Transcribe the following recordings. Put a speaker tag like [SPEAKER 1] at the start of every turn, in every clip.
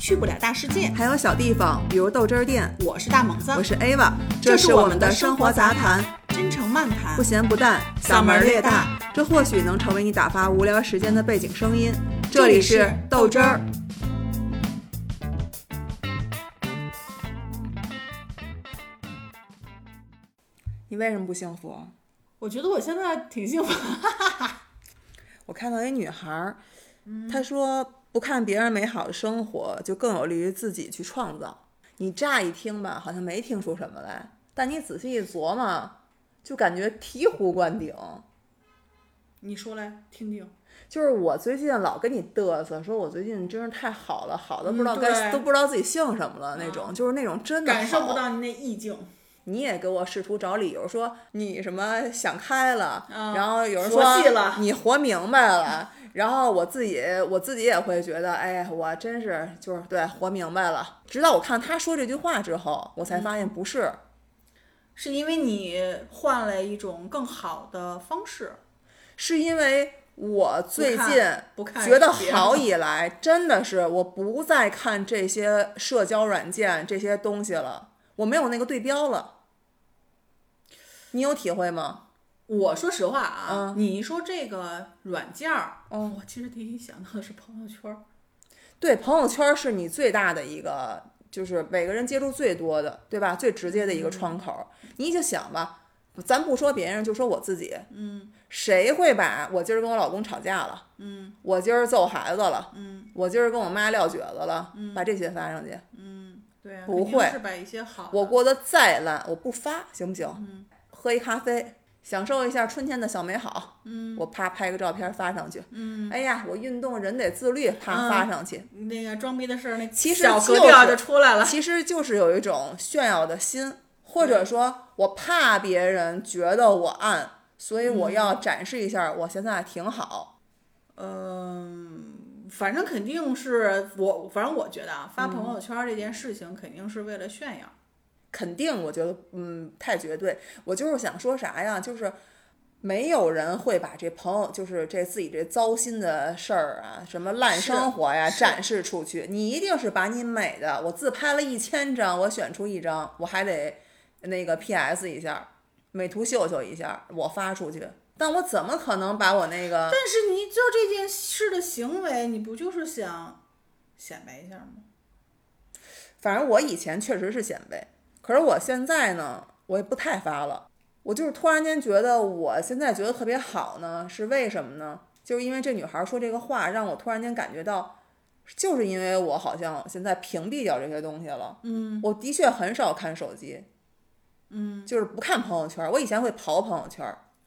[SPEAKER 1] 去不了大世界。
[SPEAKER 2] 还有小地方，比如豆汁儿店。
[SPEAKER 1] 我是大猛子，
[SPEAKER 2] 我是 Ava，
[SPEAKER 1] 这
[SPEAKER 2] 是
[SPEAKER 1] 是我
[SPEAKER 2] 我们
[SPEAKER 1] 们
[SPEAKER 2] 的
[SPEAKER 1] 的
[SPEAKER 2] 生
[SPEAKER 1] 生
[SPEAKER 2] 活
[SPEAKER 1] 活
[SPEAKER 2] 杂
[SPEAKER 1] 杂
[SPEAKER 2] 谈
[SPEAKER 1] 谈，真诚漫谈
[SPEAKER 2] 不。咸不淡，
[SPEAKER 1] 嗓门儿
[SPEAKER 2] 儿
[SPEAKER 1] 略
[SPEAKER 2] 大
[SPEAKER 1] 大。
[SPEAKER 2] 这或许能成为你打发无聊时间的背景声音。这
[SPEAKER 1] 这里
[SPEAKER 2] 里是
[SPEAKER 1] 是
[SPEAKER 2] 豆汁儿。你为什么不幸福？
[SPEAKER 1] 我觉得我现在挺幸福。
[SPEAKER 2] 我看到一女孩儿，
[SPEAKER 1] 嗯
[SPEAKER 2] 她说不看别人美好的生活，就更有利于自己去创造。你乍一听吧，好像没听出什么来，但你仔细一琢磨，就感觉醍醐灌顶。
[SPEAKER 1] 你说来听听。
[SPEAKER 2] 就是我最近老跟你嘚瑟，说我最近真是太好了，好的不知道
[SPEAKER 1] 嗯
[SPEAKER 2] 该、
[SPEAKER 1] 对啊
[SPEAKER 2] 都不知道自己姓什么了那种，就是那种真的
[SPEAKER 1] 感受不
[SPEAKER 2] 好。
[SPEAKER 1] 到你那意境，
[SPEAKER 2] 你也给我试图找理由说你什么想开了，
[SPEAKER 1] 嗯
[SPEAKER 2] 然后有人
[SPEAKER 1] 佛
[SPEAKER 2] 说
[SPEAKER 1] 系了
[SPEAKER 2] 你活明白了，然后我自己我自己也会觉得，哎呀，我真是就是对活明白了。直到我看他说这句话之后，我才发现不是，
[SPEAKER 1] 是因为你换了一种更好的方式。
[SPEAKER 2] 是因为我最
[SPEAKER 1] 看
[SPEAKER 2] 近
[SPEAKER 1] 不看
[SPEAKER 2] 觉得
[SPEAKER 1] 别人
[SPEAKER 2] 好以来，真的是我不再看这些社交软件这些东西了，我没有那个对标了。你有体会吗？
[SPEAKER 1] 我说实话啊，你一说这个软件儿，我其实第一想到的是朋友圈儿。
[SPEAKER 2] 对，朋友圈是你最大的一个，就是每个人接触最多的，对吧？最直接的一个窗口。你就想吧，咱不说别人，就说我自己，嗯，谁会把我今儿跟我老公吵架了，嗯，我今儿揍孩子了，嗯，我今儿跟我妈撂蹶子了，嗯，把这些发上去，
[SPEAKER 1] 对啊，
[SPEAKER 2] 不
[SPEAKER 1] 肯定
[SPEAKER 2] 会
[SPEAKER 1] 是把一些好的。
[SPEAKER 2] 我过得再烂，我不发行不行？喝一咖啡，享受一下春天的小美好。嗯，我啪拍个照片发上去。嗯，哎呀，我运动人得自律，啪
[SPEAKER 1] 嗯
[SPEAKER 2] 发上去。
[SPEAKER 1] 那个装逼的事儿，那
[SPEAKER 2] 其实
[SPEAKER 1] 小
[SPEAKER 2] 就
[SPEAKER 1] 格调
[SPEAKER 2] 是
[SPEAKER 1] 就出来了。
[SPEAKER 2] 其实就是有一种炫耀的心，或者说我怕别人觉得我暗，所以我要展示一下我现在挺好。
[SPEAKER 1] 嗯，反正肯定是我，反正我觉得啊，发朋友圈这件事情肯定是为了炫耀。
[SPEAKER 2] 肯定，我觉得，嗯，太绝对。我就是想说啥呀，就是没有人会把这朋友，就是这自己这糟心的事儿啊，什么烂
[SPEAKER 1] 是
[SPEAKER 2] 生活呀，
[SPEAKER 1] 是
[SPEAKER 2] 展示出去。你一定是把你美的，我自拍了一千张，我选出一张，我还得那个 PS 一下，美图秀秀一下，我发出去。但我怎么可能把我那个
[SPEAKER 1] 但是你做这件事的行为，你不就是想显摆一下吗？
[SPEAKER 2] 反正我以前确实是显摆，可是我现在呢，我也不太发了。我就是突然间觉得，我现在觉得特别好呢，是为什么呢？就是因为这女孩说这个话，让我突然间感觉到，就是因为我好像现在屏蔽掉这些东西了。嗯，我的确很少看手机，嗯，就是不看朋友圈。我以前会刨朋友圈，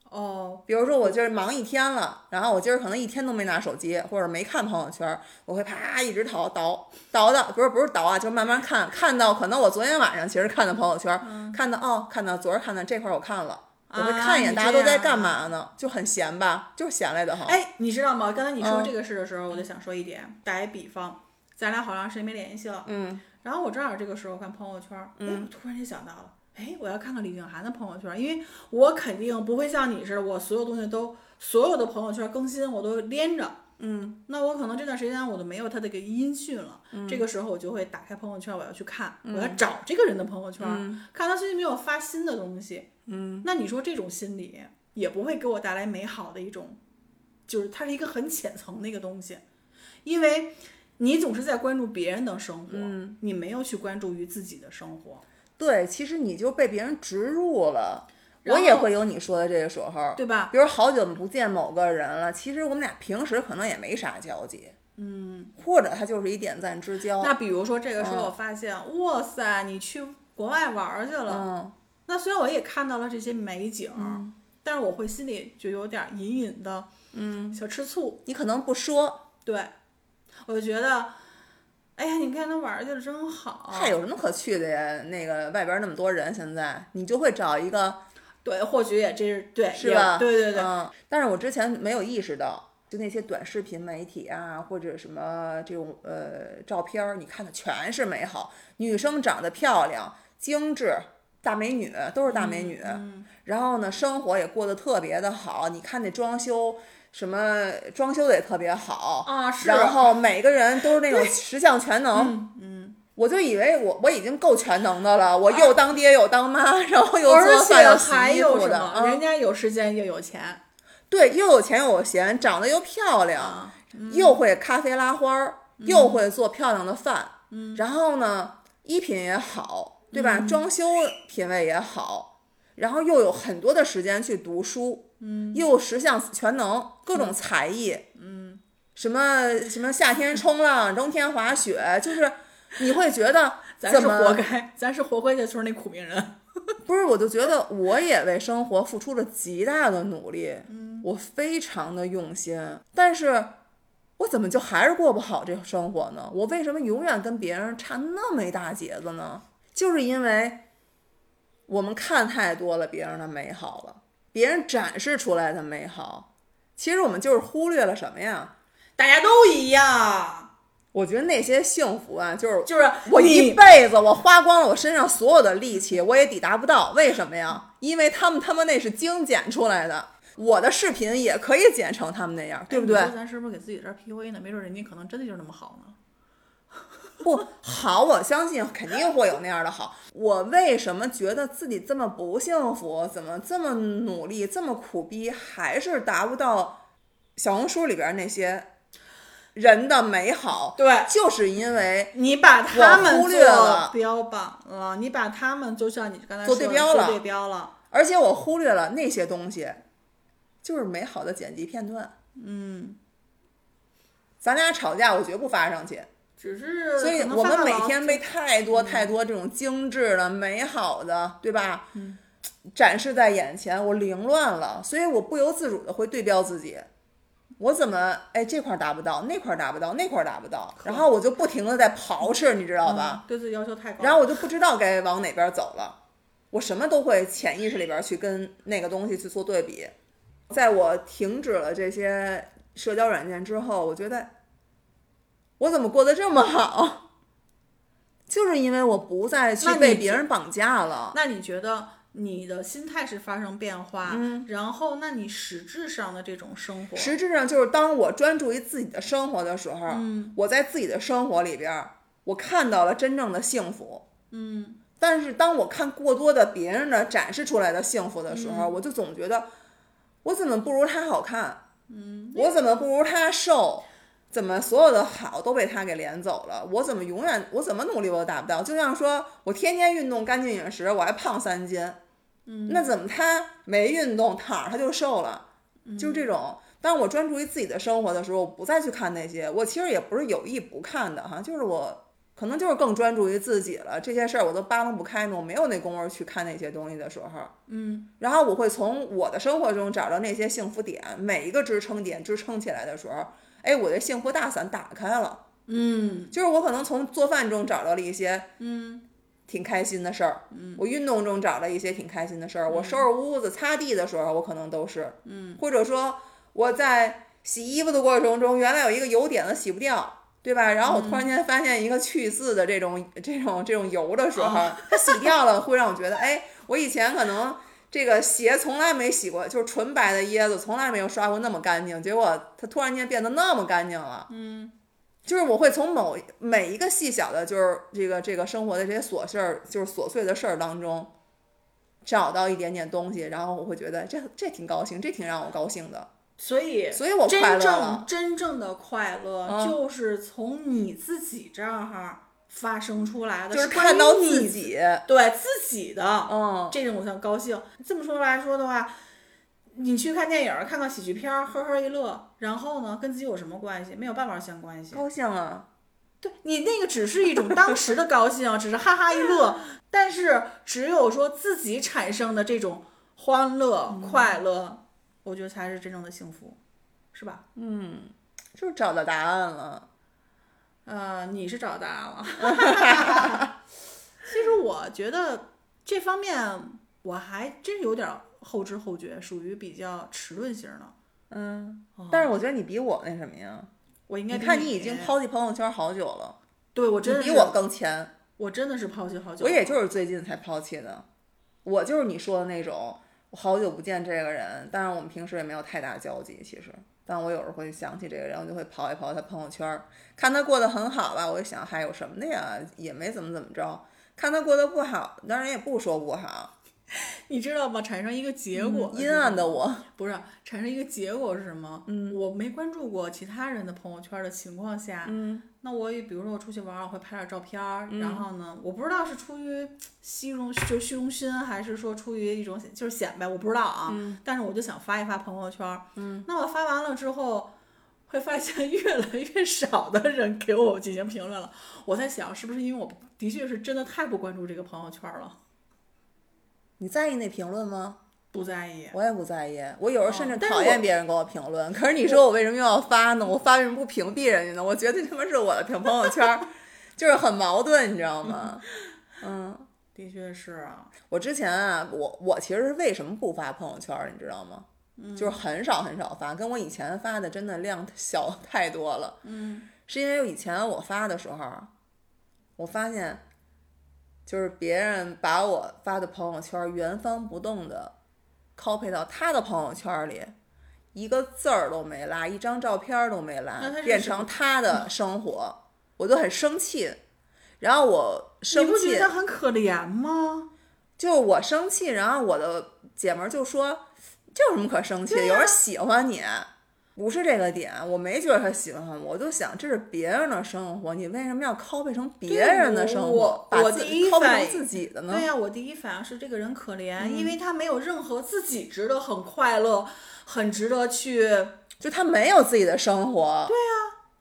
[SPEAKER 1] 哦，
[SPEAKER 2] 比如说我今儿忙一天了，然后我今儿可能一天都没拿手机，或者没看朋友圈，我会啪一直倒倒倒的，不是不是倒啊，就慢慢看，看到可能我昨天晚上其实看的朋友圈，看到哦，看到昨儿看到这块儿我看了，我会
[SPEAKER 1] 嗯啊
[SPEAKER 2] 看一眼
[SPEAKER 1] 你
[SPEAKER 2] 大
[SPEAKER 1] 这
[SPEAKER 2] 家都在
[SPEAKER 1] 样啊
[SPEAKER 2] 干嘛呢，就很闲吧，就是闲来的哈。
[SPEAKER 1] 哎，你知道吗？刚才你说
[SPEAKER 2] 嗯
[SPEAKER 1] 这个事的时候，我就想说一点，打一比方，咱俩好长时间没联系了，
[SPEAKER 2] 嗯，
[SPEAKER 1] 然后我正好这个时候看朋友圈，嗯，我突然间想到了，哎，我要看看李景涵的朋友圈，因为我肯定不会像你似的，我所有东西都所有的朋友圈更新我都连着，嗯，那我可能这段时间我都没有他的个音讯了，
[SPEAKER 2] 嗯
[SPEAKER 1] 这个时候我就会打开朋友圈，我要去看，我要找这个人的朋友圈，
[SPEAKER 2] 嗯
[SPEAKER 1] 看他最近没有发新的东西，嗯，那你说这种心理也不会给我带来美好的一种，就是它是一个很浅层的一个东西，因为。你总是在关注别人的生活，
[SPEAKER 2] 嗯
[SPEAKER 1] 你没有去关注于自己的生活，
[SPEAKER 2] 对，其实你就被别人植入了，
[SPEAKER 1] 然
[SPEAKER 2] 我也
[SPEAKER 1] 后
[SPEAKER 2] 会有你说的这个时候，
[SPEAKER 1] 对吧？
[SPEAKER 2] 比如好久不见某个人了，其实我们俩平时可能也没啥交集，嗯，或者他就是一点赞之交，
[SPEAKER 1] 那比如说这个时
[SPEAKER 2] 嗯
[SPEAKER 1] 候，我发现，哇塞，你去国外玩儿去了。
[SPEAKER 2] 嗯。
[SPEAKER 1] 那虽然我也看到了这些美景，但是我会心里就有点儿隐隐的，嗯，小吃醋。
[SPEAKER 2] 你可能不说，
[SPEAKER 1] 对，我就觉得，哎呀，你看他玩儿去了真好。
[SPEAKER 2] 嗨，有什么可去的呀？那个外边那么多人，现在你就会找一个，
[SPEAKER 1] 对，或许也这是对，
[SPEAKER 2] 是
[SPEAKER 1] 也
[SPEAKER 2] 吧？
[SPEAKER 1] 对对对，
[SPEAKER 2] 嗯。但是我之前没有意识到，就那些短视频媒体啊，或者什么这种呃照片儿，你看的全是美好，女生长得漂亮、精致。大美女
[SPEAKER 1] 嗯
[SPEAKER 2] 都是大美女，然后呢，生活也过得特别的好。你看那装修，什么装修的也特别好
[SPEAKER 1] 啊是
[SPEAKER 2] 然后每个人都是那种十项全能，
[SPEAKER 1] 嗯嗯，
[SPEAKER 2] 我就以为我我已经够全能的了，我又当爹又当妈，然后又
[SPEAKER 1] 啊而
[SPEAKER 2] 做
[SPEAKER 1] 且
[SPEAKER 2] 饭又
[SPEAKER 1] 还
[SPEAKER 2] 洗衣
[SPEAKER 1] 有
[SPEAKER 2] 服
[SPEAKER 1] 什
[SPEAKER 2] 的，
[SPEAKER 1] 么？
[SPEAKER 2] 啊，
[SPEAKER 1] 人家有时间又有钱
[SPEAKER 2] 对，又有钱又有闲，长得又漂亮，
[SPEAKER 1] 啊，
[SPEAKER 2] 又会咖啡拉花儿，又会做漂亮的饭，然后呢，衣品也好，对吧？装修品味也好，然后又有很多的时间去读书，嗯，又十项全能，各种才艺，嗯，什么什么夏天冲浪、冬天滑雪，就是你会觉得
[SPEAKER 1] 咱
[SPEAKER 2] 怎
[SPEAKER 1] 是活
[SPEAKER 2] 么
[SPEAKER 1] 该，咱是活该在村儿那苦命人。
[SPEAKER 2] 不是？我就觉得我也为生活付出了极大的努力，嗯，我非常的用心，但是。我怎么就还是过不好这生活呢？我为什么永远跟别人差那么一大截子呢？就是因为我们看太多了别人的美好了，别人展示出来的美好，其实我们就是忽略了什么呀？
[SPEAKER 1] 大家都一样，
[SPEAKER 2] 我觉得那些幸福啊，就是
[SPEAKER 1] 就是
[SPEAKER 2] 我
[SPEAKER 1] 你哎
[SPEAKER 2] 一辈子我花光了我身上所有的力气，我也抵达不到。为什么呀？因为他们他妈那是精简出来的，我的视频也可以剪成他们那样，对不对
[SPEAKER 1] 哎你？说咱是不是给自己这儿 PUA 呢？没准人家可能真的就是那么好呢。
[SPEAKER 2] 不好，我相信肯定会有那样的好。我为什么觉得自己这么不幸福？怎么这么努力，这么苦逼，还是达不到小红书里边那些人的美好？
[SPEAKER 1] 对
[SPEAKER 2] 就是因为
[SPEAKER 1] 你把他们
[SPEAKER 2] 我忽略了
[SPEAKER 1] 做标榜了，你把他们就像你刚才说
[SPEAKER 2] 做对
[SPEAKER 1] 的
[SPEAKER 2] 标了
[SPEAKER 1] 做对标了。
[SPEAKER 2] 而且我忽略了那些东西，就是美好的剪辑片段。嗯，咱俩吵架，我绝不发上去。
[SPEAKER 1] 只是
[SPEAKER 2] 所以
[SPEAKER 1] 可能
[SPEAKER 2] 我们
[SPEAKER 1] 发
[SPEAKER 2] 每
[SPEAKER 1] 牢嗯
[SPEAKER 2] 天被太多太多这种精致的、美好的，对吧？
[SPEAKER 1] 嗯
[SPEAKER 2] 展示在眼前，我凌乱了，所以我不由自主的会对标自己。我怎么哎这块儿达不到，那块儿达不到，那块儿达不到，然后我就不停的在刨吃，你知道吧？
[SPEAKER 1] 嗯对自己要求太高了。
[SPEAKER 2] 然后我就不知道该往哪边走了，我什么都会潜意识里边去跟那个东西去做对比。在我停止了这些社交软件之后，我觉得我怎么过得这么好， 就是因为我不再去
[SPEAKER 1] 那你
[SPEAKER 2] 被
[SPEAKER 1] 觉
[SPEAKER 2] 别人绑架了。
[SPEAKER 1] 那你觉得你的心态是发生变化，然后那你实质上的这种生活，
[SPEAKER 2] 实质上嗯就是当我专注于自己的生活的时候，我在自己的生活里边儿，我看到了真正的幸福。嗯，但是当我看过多的别人的展示出来的幸福的时候，我就总觉得我怎么不如他好看？嗯，我怎么不如他瘦？怎么所有的好都被他给连走了？我怎么永远我怎么努力我都达不到？就像说我天天运动、干净饮食，我还胖三斤，嗯，那怎么他没运动躺着他就瘦了？就是这种。当我专注于自己的生活的时候，我不再去看那些。我其实也不是有意不看的哈，就是我可能就是更专注于自己了。这些事儿我都扒拉不开呢，我没有那功夫去看那些东西的时候，嗯，然后我会从我的生活中找到那些幸福点，每一个支撑点支撑起来的时候，哎，我的幸福大伞打开了。
[SPEAKER 1] 嗯，
[SPEAKER 2] 就是我可能从做饭中找到了一些嗯挺开心的事儿，嗯，我运动中找了一些挺开心的事儿，我收拾屋子、擦地的时候，我可能都是，嗯，或者说我在洗衣服的过程中，原来有一个油点子洗不掉。对吧？然后我突然间发现一个去渍的这种、这种这种油的时候，它洗掉了，会让我觉得，哎，我以前可能这个鞋从来没洗过，就是纯白的椰子，从来没有刷过那么干净，结果它突然间变得那么干净了。就是我会从某每一个细小的，就是这个这个生活的这些琐事儿，就是琐碎的事儿当中，找到一点点东西，然后我会觉得这这挺高兴，这挺让我高兴的，
[SPEAKER 1] 所以
[SPEAKER 2] 所以我快
[SPEAKER 1] 真
[SPEAKER 2] 乐
[SPEAKER 1] 正
[SPEAKER 2] 了。嗯
[SPEAKER 1] 真正的快乐就是从你自己这儿哈发生出来的，
[SPEAKER 2] 就是
[SPEAKER 1] 关于
[SPEAKER 2] 看到自
[SPEAKER 1] 你
[SPEAKER 2] 己，
[SPEAKER 1] 对自己的
[SPEAKER 2] 嗯，
[SPEAKER 1] 这种像高兴。这么说来说的话，你去看电影儿、看看喜剧片儿、呵呵一乐，然后呢，跟自己有什么关系？没有半毛钱关系。
[SPEAKER 2] 高兴啊，
[SPEAKER 1] 对你那个只是一种当时的高兴，只是哈哈一 乐。但是只有说自己产生的这种欢乐、
[SPEAKER 2] 嗯
[SPEAKER 1] 快乐，我觉得才是真正的幸福，是吧？
[SPEAKER 2] 就是找到答案了。
[SPEAKER 1] 呃，你是找答案了。 其实我觉得这方面我还真有点后知后觉，属于比较迟钝型的。
[SPEAKER 2] 嗯，但是我觉得你比我那什么呀？
[SPEAKER 1] 我哦应该
[SPEAKER 2] 你
[SPEAKER 1] 比
[SPEAKER 2] 看你已经抛弃朋友圈好久了，
[SPEAKER 1] 对我真
[SPEAKER 2] 你
[SPEAKER 1] 的
[SPEAKER 2] 比
[SPEAKER 1] 是
[SPEAKER 2] 我更前，
[SPEAKER 1] 我真的是抛弃好久。
[SPEAKER 2] 我也就是最近才抛弃的。我就是你说的那种，我好久不见这个人，但是我们平时也没有太大交集，其实。但我有时候会想起这个人，我就会刨一刨他朋友圈儿，看他过得很好吧，我就想还有什么的呀，也没怎么怎么着。看他过得不好，当然也不说不好，
[SPEAKER 1] 你知道吗？产生一个结果，
[SPEAKER 2] 嗯阴暗的我，
[SPEAKER 1] 不是产生一个结果是什么？嗯，我没关注过其他人的朋友圈的情况下，嗯，那我也比如说我出去玩儿，我会拍点照片儿，然后呢，我不知道是出于虚荣，就是虚荣心，还是说出于一种就是显摆，我不知道啊。但是我就想发一发朋友圈，嗯，那我发完了之后。会发现越来越少的人给我进行评论了，我在想是不是因为我的确是真的太不关注这个朋友圈了，
[SPEAKER 2] 你在意那评论吗？
[SPEAKER 1] 不在意。
[SPEAKER 2] 我也不在意，我有时候甚
[SPEAKER 1] 哦
[SPEAKER 2] 至
[SPEAKER 1] 但是
[SPEAKER 2] 讨
[SPEAKER 1] 我
[SPEAKER 2] 厌别人给我评论。可是你说我为什么又要发呢？我发为什么不屏蔽人家呢？我觉得他妈是我的朋友圈儿， 就是很矛盾，你知道吗？
[SPEAKER 1] 的确是啊，
[SPEAKER 2] 我之前啊，我我其实是为什么不发朋友圈儿，你知道吗？
[SPEAKER 1] 嗯
[SPEAKER 2] 就是很少很少发，跟我以前发的真的量小太 多了。
[SPEAKER 1] 嗯，
[SPEAKER 2] 是因为以前我发的时候啊，我发现，就是别人把我发的朋友圈儿原封不动的 copy 到他的朋友圈儿里，一个字儿都没拉，一张照片儿都没拉
[SPEAKER 1] 那他，是
[SPEAKER 2] 变
[SPEAKER 1] 什么
[SPEAKER 2] 成他的生活，我就很生气。然后我生
[SPEAKER 1] 你不
[SPEAKER 2] 气
[SPEAKER 1] 觉，得很可怜吗？
[SPEAKER 2] 就是我生气，然后我的姐们儿就说：“这有什么可生气的？有人喜欢你，不是这个点，我没觉得他喜欢我，我就想这是别人的生活，你为什么要 copy 成别人的生
[SPEAKER 1] 对
[SPEAKER 2] 活
[SPEAKER 1] 我，
[SPEAKER 2] 把
[SPEAKER 1] 我
[SPEAKER 2] 自
[SPEAKER 1] 第一
[SPEAKER 2] copy
[SPEAKER 1] 反
[SPEAKER 2] 成
[SPEAKER 1] 应
[SPEAKER 2] 自己的呢嗯
[SPEAKER 1] 对？呀、我第一反应是这个人可怜，因为他没有任何自己值得很快乐、很值得去，
[SPEAKER 2] 就他没有自己的生活。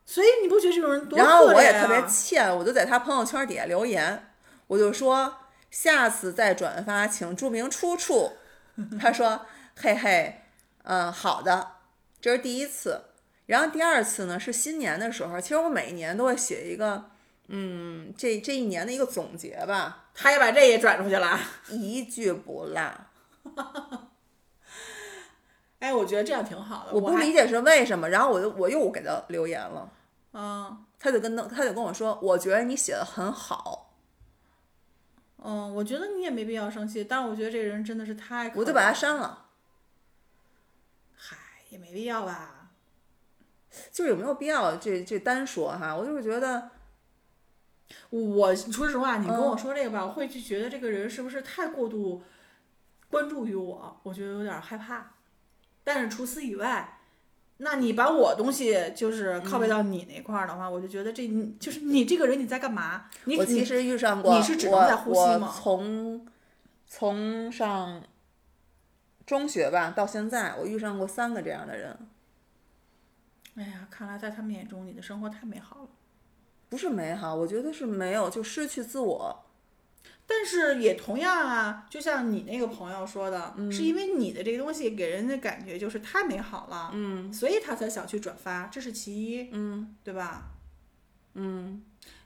[SPEAKER 1] 所以你不觉得这种人多可怜、
[SPEAKER 2] 然
[SPEAKER 1] 啊、
[SPEAKER 2] 后我也特别欠，我就在他朋友圈底下留言，我就说下次再转发请注明出处。他说：“嘿嘿，嗯，好的，这是第一次。然后第二次呢是新年的时候，其实我每一年都会写一个，嗯，这这一年的一个总结吧，
[SPEAKER 1] 他也把这也转出去了。
[SPEAKER 2] 一句不落。
[SPEAKER 1] 哎，我觉得这样挺好的。
[SPEAKER 2] 我
[SPEAKER 1] 我
[SPEAKER 2] 不
[SPEAKER 1] 还
[SPEAKER 2] 理解是为什么。然后我就我又给他留言了，
[SPEAKER 1] 嗯
[SPEAKER 2] 他就跟他他就跟我说，我觉得你写的很好。”
[SPEAKER 1] 嗯，我觉得你也没必要生气，但是我觉得这个人真的是太可
[SPEAKER 2] 我就把
[SPEAKER 1] 怜
[SPEAKER 2] 他
[SPEAKER 1] 了
[SPEAKER 2] 删了。
[SPEAKER 1] 嗨，也没必要吧。
[SPEAKER 2] 就是有没有必要这这单说哈？我就是觉得，
[SPEAKER 1] 我说实话，你跟
[SPEAKER 2] 嗯
[SPEAKER 1] 我说这个吧，我会去觉得这个人是不是太过度关注于我，我觉得有点害怕。但是除此以外，那你把我东西就是靠
[SPEAKER 2] 嗯
[SPEAKER 1] 背到你那块儿的话，我就觉得这你就是你这个人你在干嘛？你
[SPEAKER 2] 我其
[SPEAKER 1] 你
[SPEAKER 2] 实遇上过，
[SPEAKER 1] 你是只能在呼吸
[SPEAKER 2] 我我
[SPEAKER 1] 吗
[SPEAKER 2] 从从上中学吧到现在，我遇上过三个这样的人，
[SPEAKER 1] 哎呀，看来在他们眼中你的生活太美好了，
[SPEAKER 2] 不是美好，我觉得是没有，就失去自我。
[SPEAKER 1] 但是也同样啊，就像你那个朋友说的，是因为你的这个东西给人的感觉就是太美好了，嗯，所以他才想去转发，这是其一，嗯，对吧？
[SPEAKER 2] 嗯，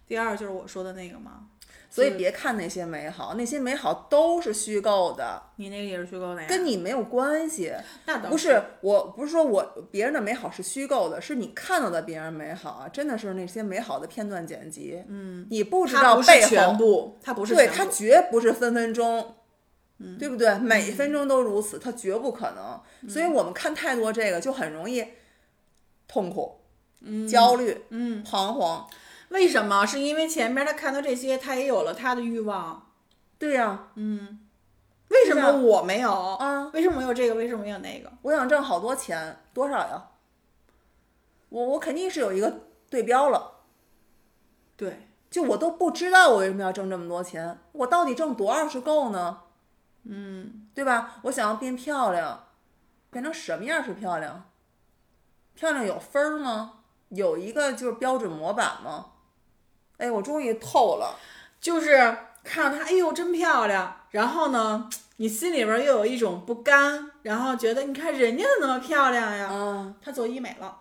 [SPEAKER 1] 第二就是我说的那个嘛，
[SPEAKER 2] 所
[SPEAKER 1] 嗯
[SPEAKER 2] 以别看那些美好，那些美好都是虚构的，
[SPEAKER 1] 你那个也是虚构的呀？
[SPEAKER 2] 跟你没有关系。
[SPEAKER 1] 那倒
[SPEAKER 2] 不是，我不是说我别人的美好是虚构的，是你看到的别人美好啊，真的是那些美好的片段剪辑。嗯，你不知
[SPEAKER 1] 它
[SPEAKER 2] 道
[SPEAKER 1] 不
[SPEAKER 2] 背
[SPEAKER 1] 是
[SPEAKER 2] 后
[SPEAKER 1] 全部，它不是
[SPEAKER 2] 对，
[SPEAKER 1] 全
[SPEAKER 2] 它
[SPEAKER 1] 部
[SPEAKER 2] 绝不是分分钟，
[SPEAKER 1] 嗯
[SPEAKER 2] 对不对？每分钟都如此，它绝不可能。所以
[SPEAKER 1] 嗯
[SPEAKER 2] 我们看太多这个，就很容易痛苦、焦虑、
[SPEAKER 1] 嗯，
[SPEAKER 2] 彷徨。
[SPEAKER 1] 为什么？是因为前面他看到这些，他也有了他的欲望。
[SPEAKER 2] 对呀、
[SPEAKER 1] 嗯为什
[SPEAKER 2] 是
[SPEAKER 1] 么
[SPEAKER 2] 啊
[SPEAKER 1] 我没有？
[SPEAKER 2] 啊，
[SPEAKER 1] 为什么我有这个？为什么我有那个？
[SPEAKER 2] 我想挣好多钱，多少呀？我我肯定是有一个对标了。
[SPEAKER 1] 对，
[SPEAKER 2] 就我都不知道我为什么要挣这么多钱，我到底挣多少是够呢？嗯，对吧？我想要变漂亮，变成什么样是漂亮？漂亮有分儿吗？有一个就是标准模板吗？哎，我终于透了。
[SPEAKER 1] 啊就是看到她，哎呦，真漂亮。然后呢，你心里边又有一种不甘，然后觉得你看人家怎么那么漂亮呀？
[SPEAKER 2] 嗯，
[SPEAKER 1] 她做医美了，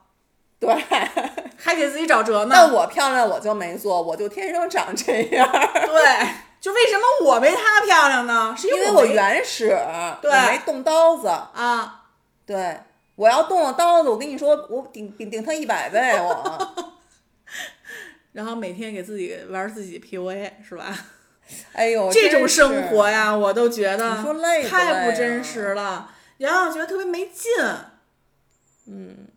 [SPEAKER 2] 对。
[SPEAKER 1] 还给自己找辙呢。
[SPEAKER 2] 那我漂亮我就没做，我就天生长这样，
[SPEAKER 1] 对，就为什么我没她漂亮呢？是
[SPEAKER 2] 因
[SPEAKER 1] 为
[SPEAKER 2] 为我
[SPEAKER 1] 没
[SPEAKER 2] 原始，
[SPEAKER 1] 对
[SPEAKER 2] 我没动刀子。
[SPEAKER 1] 啊，
[SPEAKER 2] 对，我要动了刀子，我跟你说，我顶顶顶他一百倍，我。
[SPEAKER 1] 然后每天给自己玩自己 PUA 是吧？
[SPEAKER 2] 哎呦，
[SPEAKER 1] 这种
[SPEAKER 2] 真是
[SPEAKER 1] 生活呀，我都觉
[SPEAKER 2] 你
[SPEAKER 1] 得
[SPEAKER 2] 说累不累啊
[SPEAKER 1] 太不真实了，然后觉得特别没劲。嗯，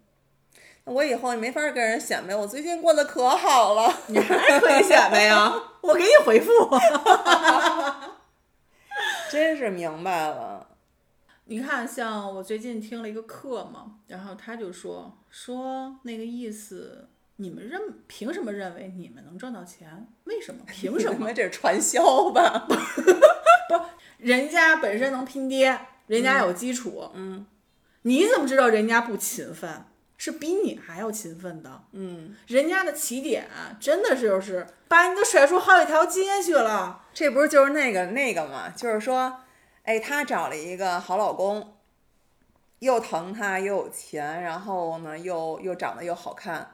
[SPEAKER 2] 我以后也没法跟人显摆，我最近过得可好了。
[SPEAKER 1] 你还可以显摆呀，我给你回复。
[SPEAKER 2] 真是明白了，
[SPEAKER 1] 你看，像我最近听了一个课嘛，然后他就说说那个意思，你们认凭什么认为你们能赚到钱？为什么？凭什
[SPEAKER 2] 你他
[SPEAKER 1] 么
[SPEAKER 2] 妈？这是传销吧？
[SPEAKER 1] 人家本身能拼爹，人家有基础，嗯，你怎么知道人家不勤奋？是比你还要勤奋的，
[SPEAKER 2] 嗯，
[SPEAKER 1] 人家的起点真的是就是把你都甩出好几条街去了，
[SPEAKER 2] 这不是就是那个那个嘛？就是说，哎，她找了一个好老公，又疼她又有钱，然后呢又又长得又好看，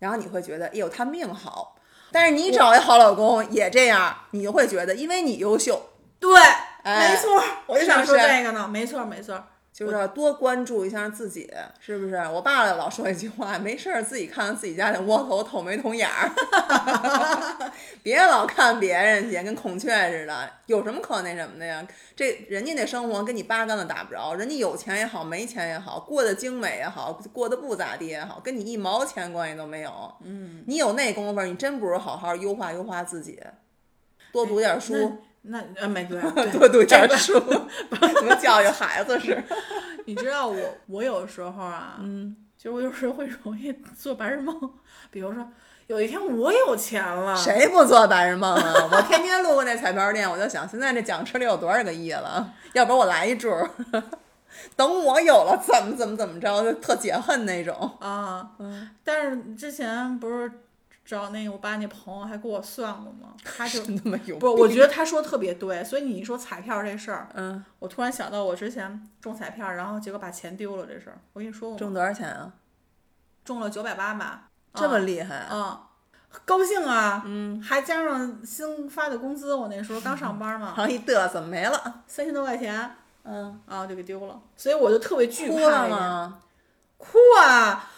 [SPEAKER 2] 然后你会觉得，哎呦，她命好。但是你找一好老公也这样，你就会觉得，因为你优秀，
[SPEAKER 1] 对，
[SPEAKER 2] 哎
[SPEAKER 1] 没错，我就想说
[SPEAKER 2] 是不是
[SPEAKER 1] 这个呢，没错，没错，
[SPEAKER 2] 就是要多关注一下自己，是不是？我爸老说一句话，没事儿自己看看自己家的窝头透没透眼儿， 别老看别人去，跟孔雀似的，有什么可那什么的呀？这人家那生活跟你八竿子打不着，人家有钱也好，没钱也好，过得精美也好，过得不咋地也好，跟你一毛钱关系都没有。嗯，你有那功夫，你真不如好好优化优化自己，多读点书，
[SPEAKER 1] 哎那呃没对，对
[SPEAKER 2] 多读点书，怎么教育孩子似的。
[SPEAKER 1] 你知道我，我有时候啊，嗯，就是我有时候会容易做白日梦，比如说有一天我有钱了，
[SPEAKER 2] 谁不做白日梦啊？ 我天天路过那彩票店，我就想，现在这奖池里有多少个亿了？ 要不然我来一注儿， 等我有了，怎么怎么怎么着，就特解恨那种。
[SPEAKER 1] 啊，但是之前不是找那个我爸那朋友还给我算过吗？他就
[SPEAKER 2] 那么有
[SPEAKER 1] 不，我觉得他说得特别对，所以你一说彩票这事儿，
[SPEAKER 2] 嗯，
[SPEAKER 1] 我突然想到我之前中彩票，然后结果把钱丢了这事儿，我跟你说过吗？
[SPEAKER 2] 挣多少钱啊？
[SPEAKER 1] 中了九百八吧，
[SPEAKER 2] 这么厉害？
[SPEAKER 1] 啊。高兴啊，嗯，还加上新发的工资，我那时候刚上班嘛
[SPEAKER 2] 然，后一嘚瑟没了，
[SPEAKER 1] 三千多块钱，
[SPEAKER 2] 嗯，
[SPEAKER 1] 啊，就给丢了，所以我就特别惧
[SPEAKER 2] 哭
[SPEAKER 1] 怕
[SPEAKER 2] 了
[SPEAKER 1] 这个。
[SPEAKER 2] 吗？
[SPEAKER 1] 哭啊！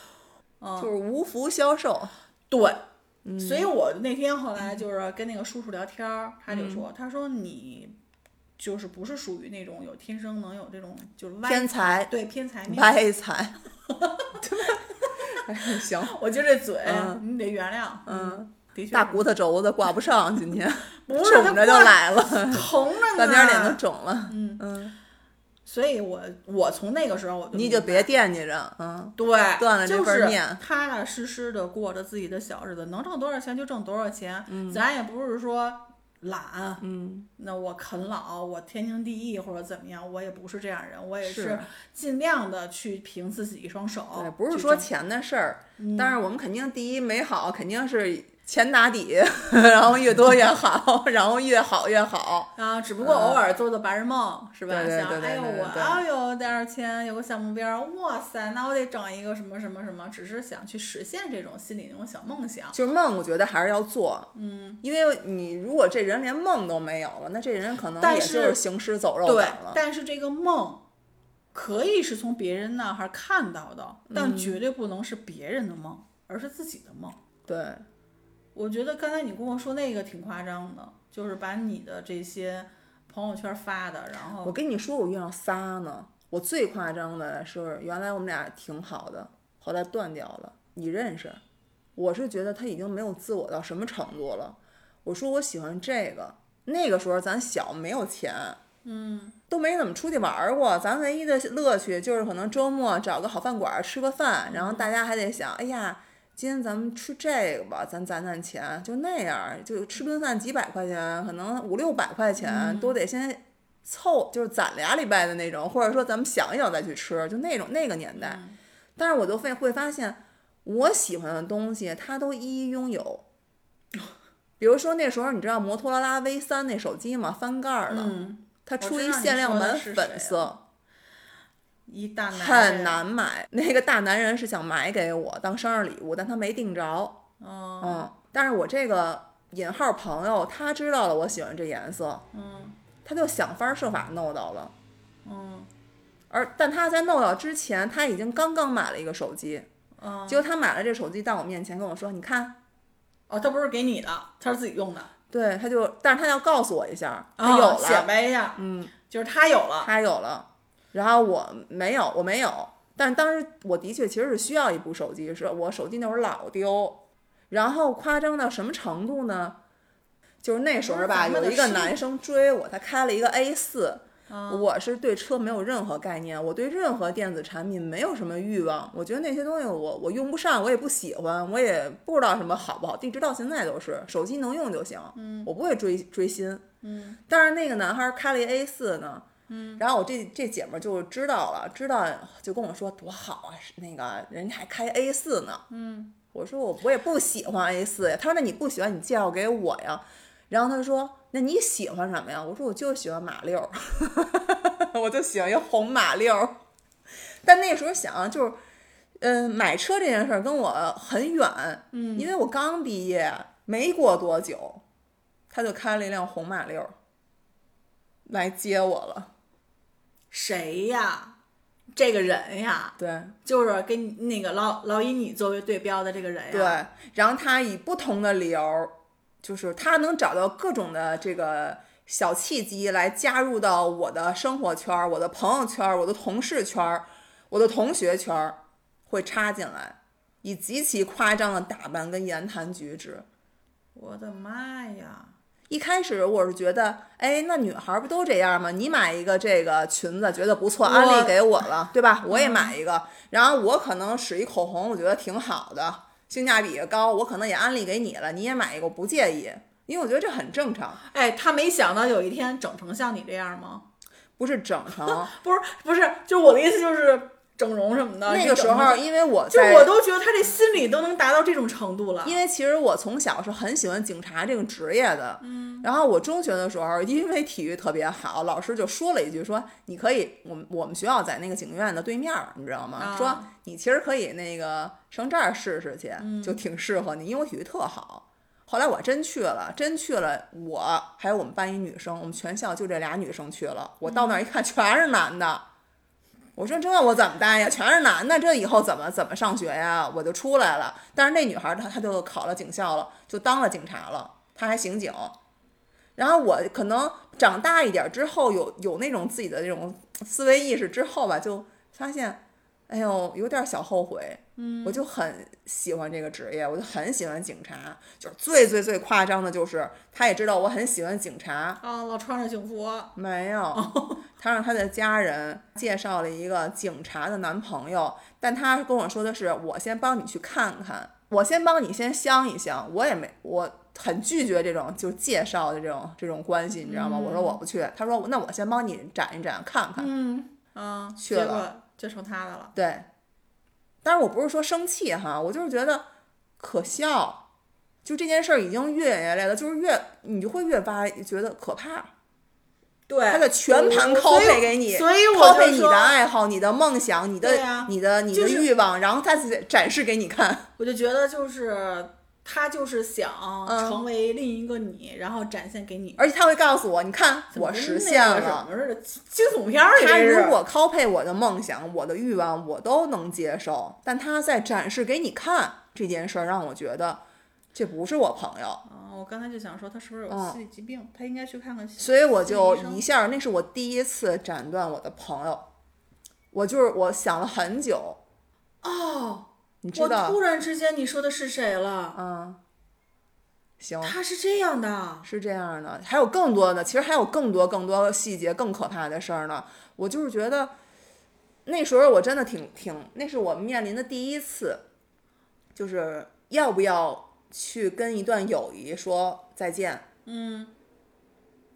[SPEAKER 2] 就是无福消受，
[SPEAKER 1] 对，
[SPEAKER 2] 嗯
[SPEAKER 1] 所以我那天后来就是跟那个叔叔聊天儿，他
[SPEAKER 2] 嗯
[SPEAKER 1] 就说，他说你就是不是属于那种有天生能有这种就是歪
[SPEAKER 2] 天才
[SPEAKER 1] 对偏财命。
[SPEAKER 2] 歪财。 哎行，
[SPEAKER 1] 我就这嘴，
[SPEAKER 2] 嗯
[SPEAKER 1] 你得原谅。
[SPEAKER 2] 嗯，
[SPEAKER 1] 的确
[SPEAKER 2] 大骨头肘子挂不上，今天
[SPEAKER 1] 不是
[SPEAKER 2] 肿着就来了，
[SPEAKER 1] 疼着
[SPEAKER 2] 半
[SPEAKER 1] 呢。
[SPEAKER 2] 边脸都肿了，
[SPEAKER 1] 嗯
[SPEAKER 2] 嗯。
[SPEAKER 1] 所以我我从那个时候我就
[SPEAKER 2] 你
[SPEAKER 1] 明
[SPEAKER 2] 就
[SPEAKER 1] 白
[SPEAKER 2] 别惦记着，嗯，
[SPEAKER 1] 对，
[SPEAKER 2] 断了这
[SPEAKER 1] 就
[SPEAKER 2] 份
[SPEAKER 1] 是
[SPEAKER 2] 念
[SPEAKER 1] 踏踏实实的过着自己的小日子，能挣多少钱就挣多少钱。咱也不是说懒，
[SPEAKER 2] 嗯，
[SPEAKER 1] 那我啃老，我天经地义或者怎么样，我也不是这样人，我也
[SPEAKER 2] 是
[SPEAKER 1] 是尽量的去凭自己一双手去
[SPEAKER 2] 对，
[SPEAKER 1] 挣。
[SPEAKER 2] 哦不是说钱的事儿，但是我们肯定第一美好，肯定是钱打底， 然后越多越好， 然后越好越好，
[SPEAKER 1] 啊，只不过偶尔做做白日梦，是吧？
[SPEAKER 2] 对对对
[SPEAKER 1] 想，
[SPEAKER 2] 对
[SPEAKER 1] 哎呦
[SPEAKER 2] 对对
[SPEAKER 1] 我，
[SPEAKER 2] 对
[SPEAKER 1] 哎呦，点儿钱，有个小目标，哇塞，那我得整一个什么什么什么，只是想去实现这种心里那种小梦想。
[SPEAKER 2] 就是梦，我觉得还是要做，嗯，因为你如果这人连梦都没有了，那这人可能
[SPEAKER 1] 但
[SPEAKER 2] 也
[SPEAKER 1] 是
[SPEAKER 2] 就是行尸走肉
[SPEAKER 1] 对
[SPEAKER 2] 党，了，
[SPEAKER 1] 但是这个梦可以是从别人那儿看到的，
[SPEAKER 2] 嗯
[SPEAKER 1] 但绝对不能是别人的梦，而是自己的梦。
[SPEAKER 2] 对，
[SPEAKER 1] 我觉得刚才你跟我说那个挺夸张的，就是把你的这些朋友圈发的，然后
[SPEAKER 2] 我跟你说，我遇上仨呢。我最夸张的是，原来我们俩挺好的，后来断掉了。你认识？我是觉得他已经没有自我到什么程度了。我说我喜欢这个，那个时候咱小没有钱，嗯，都没怎么出去玩儿过。咱唯一的乐趣就是可能周末找个好饭馆儿吃个饭，然后大家还得想，哎呀，今天咱们吃这个吧，咱攒攒钱，就那样儿，就吃顿饭几百块钱，可能五六百块钱、都得先凑，就是攒俩礼拜的那种，或者说咱们想一想再去吃，就那种那个年代。但是我就会会发现，我喜欢的东西他都一一拥有。比如说那时候你知道摩托罗拉 V 三那手机吗？翻盖儿的，
[SPEAKER 1] 嗯，
[SPEAKER 2] 它
[SPEAKER 1] 我
[SPEAKER 2] 出
[SPEAKER 1] 知
[SPEAKER 2] 一
[SPEAKER 1] 道你
[SPEAKER 2] 限量
[SPEAKER 1] 说的
[SPEAKER 2] 版
[SPEAKER 1] 是谁
[SPEAKER 2] 粉色，
[SPEAKER 1] 一大男
[SPEAKER 2] 很
[SPEAKER 1] 人，
[SPEAKER 2] 难买。那个大男人是想买给我当生日礼物，但他没定着。
[SPEAKER 1] 嗯
[SPEAKER 2] 嗯，但是我这个引号朋友，他知道了我喜欢这颜色，
[SPEAKER 1] 嗯
[SPEAKER 2] 他就想方设法弄到了。
[SPEAKER 1] 嗯
[SPEAKER 2] 而但他在弄到之前，他已经刚刚买了一个手机，
[SPEAKER 1] 嗯，
[SPEAKER 2] 结果他买了这手机到我面前跟我说：“你看。
[SPEAKER 1] 哦，他不是给你的，他是自己用的，”
[SPEAKER 2] 对，他就，但是他要告诉我一下，他
[SPEAKER 1] 啊
[SPEAKER 2] 有了，
[SPEAKER 1] 显摆一下，嗯，就是他有了，
[SPEAKER 2] 他有了，然后我没有，我没有。但是当时我的确其实是需要一部手机，是我手机那会儿老丢，然后夸张到什么程度呢？就是那时候吧，
[SPEAKER 1] 不是咱们
[SPEAKER 2] 有
[SPEAKER 1] 的
[SPEAKER 2] 一个
[SPEAKER 1] 是
[SPEAKER 2] 男生追我，他开了一个 A 四、
[SPEAKER 1] 嗯
[SPEAKER 2] 我是对车没有任何概念，我对任何电子产品没有什么欲望，我觉得那些东西我我用不上，我也不喜欢，我也不知道什么好不好，一直到现在都是手机能用就行，嗯，我不会追追新，嗯，但是那个男孩开了一 A 四呢，
[SPEAKER 1] 嗯
[SPEAKER 2] 然后我这这姐们儿就知道了，知道就跟我说多好啊，是那个人家还开 A 四呢。嗯，我说我我也不喜欢 A 四呀。她说那你不喜欢你介绍给我呀。然后她说那你喜欢什么呀？我说我就喜欢马六儿， 我就喜欢一红马六儿。但那时候想啊就是，嗯，买车这件事儿跟我很远，嗯，因为我刚毕业没过多久，他就开了一辆红马六儿来接我了。
[SPEAKER 1] 谁呀？这个人呀，
[SPEAKER 2] 对
[SPEAKER 1] 就是跟你那个老老以你作为对标的这个人呀。
[SPEAKER 2] 对，然后他以不同的理由，就是他能找到各种的这个小契机来加入到我的生活圈儿、我的朋友圈儿、我的同事圈儿、我的同学圈儿，会插进来，以极其夸张的打扮跟言谈举止。
[SPEAKER 1] 我的妈呀！
[SPEAKER 2] 一开始我是觉得，哎，那女孩儿不都这样吗？你买一个这个裙子，觉得不错，
[SPEAKER 1] 我嗯
[SPEAKER 2] 安利给我了，对吧？我也买一个，然后我可能使一口红，我觉得挺好的，性价比也高，我可能也安利给你了，你也买一个，我不介意，因为我觉得这很正常，
[SPEAKER 1] 哎，他没想到有一天整成像你这样吗？
[SPEAKER 2] 不是整成。
[SPEAKER 1] 不是，不是，就我的意思就是整容什么的。
[SPEAKER 2] 那
[SPEAKER 1] 你
[SPEAKER 2] 个
[SPEAKER 1] 整
[SPEAKER 2] 时候，
[SPEAKER 1] 成，
[SPEAKER 2] 因为我
[SPEAKER 1] 就
[SPEAKER 2] 在
[SPEAKER 1] 我都觉得他这心理都能达到这种程度了。
[SPEAKER 2] 因为其实我从小是很喜欢警察这个职业的，嗯，然后我中学的时候，因为体育特别好，老师就说了一句说，你可以，我们我们学校在那个警院的对面儿，你知道吗？
[SPEAKER 1] 啊
[SPEAKER 2] 说你其实可以那个上这儿试试去，就挺适合你，因为我体育特好。后来我真去了，真去了我，还有我们班一女生，我们全校就这俩女生去了。我到那儿一看，全是男的。我说这我怎么待呀？全是男的，这以后怎么怎么上学呀？我就出来了。但是那女孩儿她她就考了警校了，就当了警察了，她还刑警。然后我可能长大一点之后，有有那种自己的这种思维意识之后吧，就发现，哎呦，有点小后悔。嗯，我就很喜欢这个职业，我就很喜欢警察。就是最最最夸张的就是，她也知道我很喜欢警察，
[SPEAKER 1] 啊，老穿着警服，
[SPEAKER 2] 没 有，她让她的家人介绍了一个警察的男朋友，但她跟我说的是，我先帮你去看看，我先帮你先相一相，我也没，我很拒绝这种就介绍的这种这种关系，你知道吗？我说我不去，她说那我先帮你展一展看看，
[SPEAKER 1] 嗯啊，
[SPEAKER 2] 去
[SPEAKER 1] 结
[SPEAKER 2] 了
[SPEAKER 1] 果就成他的了。
[SPEAKER 2] 对，但是我不是说生气哈，我就是觉得可笑，就这件事儿已经越演越烈了，就是越你就会越发觉得可怕。
[SPEAKER 1] 对，
[SPEAKER 2] 他的全盘
[SPEAKER 1] 我
[SPEAKER 2] copy 给你
[SPEAKER 1] 所以我就
[SPEAKER 2] copy 你的
[SPEAKER 1] 说，
[SPEAKER 2] 爱好、你的梦想、你的、
[SPEAKER 1] 对呀
[SPEAKER 2] 你的、你
[SPEAKER 1] 就
[SPEAKER 2] 的
[SPEAKER 1] 是
[SPEAKER 2] 欲望，然后他展示给你看。
[SPEAKER 1] 我就觉得就是他就是想
[SPEAKER 2] 嗯
[SPEAKER 1] 成为另一个你，然后展现给你。
[SPEAKER 2] 而且他会告诉我，你看我实现
[SPEAKER 1] 怎么
[SPEAKER 2] 了。
[SPEAKER 1] 跟那个什么似的，惊惊悚片儿里
[SPEAKER 2] 他
[SPEAKER 1] 这是
[SPEAKER 2] 如果 copy 我的梦想、我的欲望，我都能接受。但他在展示给你看这件事儿，让我觉得这不是我朋友，
[SPEAKER 1] 啊，我刚才就想说他是不是有
[SPEAKER 2] 嗯
[SPEAKER 1] 心理疾病，他应该去看看心。
[SPEAKER 2] 所以我就
[SPEAKER 1] 心理医生
[SPEAKER 2] 一下，那是我第一次斩断我的朋友。我就是我想了很久，
[SPEAKER 1] 哦，
[SPEAKER 2] 你知
[SPEAKER 1] 我
[SPEAKER 2] 道
[SPEAKER 1] 突，然之间你说的是谁了？
[SPEAKER 2] 嗯，行，
[SPEAKER 1] 他是这样的，
[SPEAKER 2] 是这样的，还有更多的，其实还有更多更多细节更可怕的事儿呢。我就是觉得那时候我真的挺挺，那是我面临的第一次，就是要不要去跟一段友谊说再见。
[SPEAKER 1] 嗯，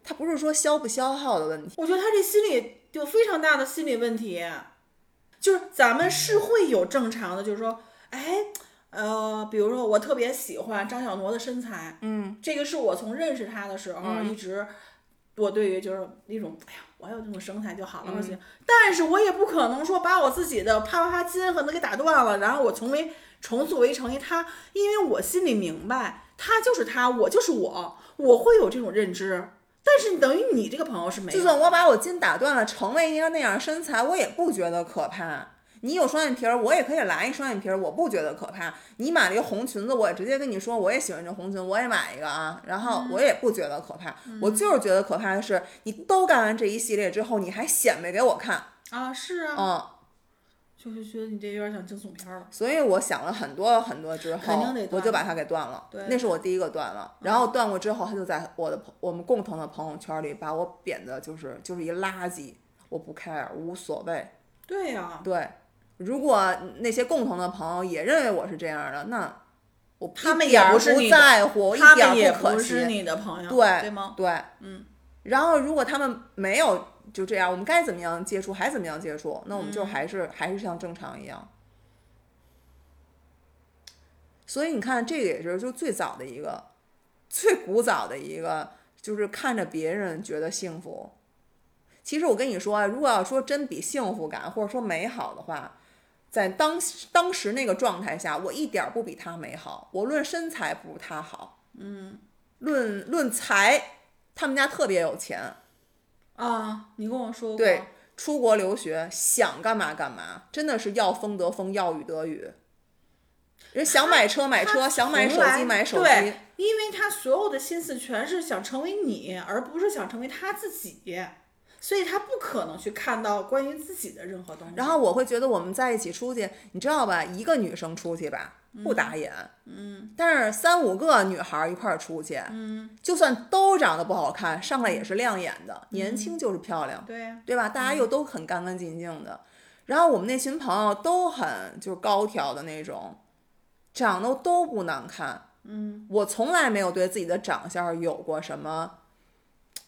[SPEAKER 2] 它不是说消不消耗的问题，
[SPEAKER 1] 我觉得他这心理有非常大的心理问题，就是咱们是会有正常的，就是说，哎，呃，比如说我特别喜欢张小挪的身材，
[SPEAKER 2] 嗯，
[SPEAKER 1] 这个是我从认识他的时候、一直，我对于就是一种，哎呀，我有这种身材就好了，
[SPEAKER 2] 嗯
[SPEAKER 1] 或者怎但是我也不可能说把我自己的啪啪啪筋可能给打断了，然后我重为重塑为成一他，因为我心里明白他就是他，我就是我，我会有这种认知。但是等于你这个朋友是没
[SPEAKER 2] 就
[SPEAKER 1] 有，
[SPEAKER 2] 算我把我筋打断了，成为一个那样身材，我也不觉得可怕。你有双眼皮儿，我也可以来一双眼皮儿，我不觉得可怕。你买了一个红裙子，我也直接跟你说，我也喜欢这红裙，我也买一个啊。然后
[SPEAKER 1] 嗯
[SPEAKER 2] 我也不觉得可怕，我就是觉得可怕的是，你都干完这一系列之后，你还显摆给我看，
[SPEAKER 1] 啊，是啊，
[SPEAKER 2] 嗯，
[SPEAKER 1] 就是觉得你这有点像惊悚片儿了。
[SPEAKER 2] 所以我想了很多很多之
[SPEAKER 1] 肯
[SPEAKER 2] 后
[SPEAKER 1] 定得，断
[SPEAKER 2] 我就把它给断了。
[SPEAKER 1] 对嗯
[SPEAKER 2] 那是我第一个断了。然后断过之后，他就在我的朋我们共同的朋友圈里把我贬的就是就是一垃圾，我不 care，无所谓。
[SPEAKER 1] 对呀、
[SPEAKER 2] 对，如果那些共同的朋友也认为我是这样的，那我
[SPEAKER 1] 他们
[SPEAKER 2] 一
[SPEAKER 1] 也
[SPEAKER 2] 点儿
[SPEAKER 1] 不
[SPEAKER 2] 不
[SPEAKER 1] 是你的
[SPEAKER 2] 在乎，一
[SPEAKER 1] 他
[SPEAKER 2] 点
[SPEAKER 1] 们也
[SPEAKER 2] 儿可
[SPEAKER 1] 不
[SPEAKER 2] 惜。
[SPEAKER 1] 是你的朋友，
[SPEAKER 2] 对
[SPEAKER 1] 对吗？
[SPEAKER 2] 对，嗯。然后如果他们没有就这样，我们该怎么样接触还怎么样接触，那我们就还是、还是像正常一样。所以你看，这个也是就最早的一个，最古早的一个，就是看着别人觉得幸福。其实我跟你说啊，如果要说真比幸福感或者说美好的话，在当时当时那个状态下，我一点儿不比他美好，我论身材不如他好。论论财，他们家特别有钱，
[SPEAKER 1] 啊，你跟我说过，
[SPEAKER 2] 对，出国留学想干嘛干嘛，真的是要风得风，要雨得雨。人想买车买车，
[SPEAKER 1] 他
[SPEAKER 2] 想买手
[SPEAKER 1] 从来
[SPEAKER 2] 机买手机
[SPEAKER 1] 对，，因为他所有的心思全是想成为你，而不是想成为他自己，所以他不可能去看到关于自己的任何东西。
[SPEAKER 2] 然后我会觉得我们在一起出去，你知道吧，一个女生出去吧不打眼，嗯，但是三五个女孩儿一块儿出去，嗯，就算都长得不好看，上来也是亮眼的，
[SPEAKER 1] 嗯
[SPEAKER 2] 年轻就是漂亮，
[SPEAKER 1] 对呀，
[SPEAKER 2] 对吧？大家又都很干干净净的，然后我们那群朋友都很就是高挑的那种，长得都不难看。嗯，我从来没有对自己的长相有过什么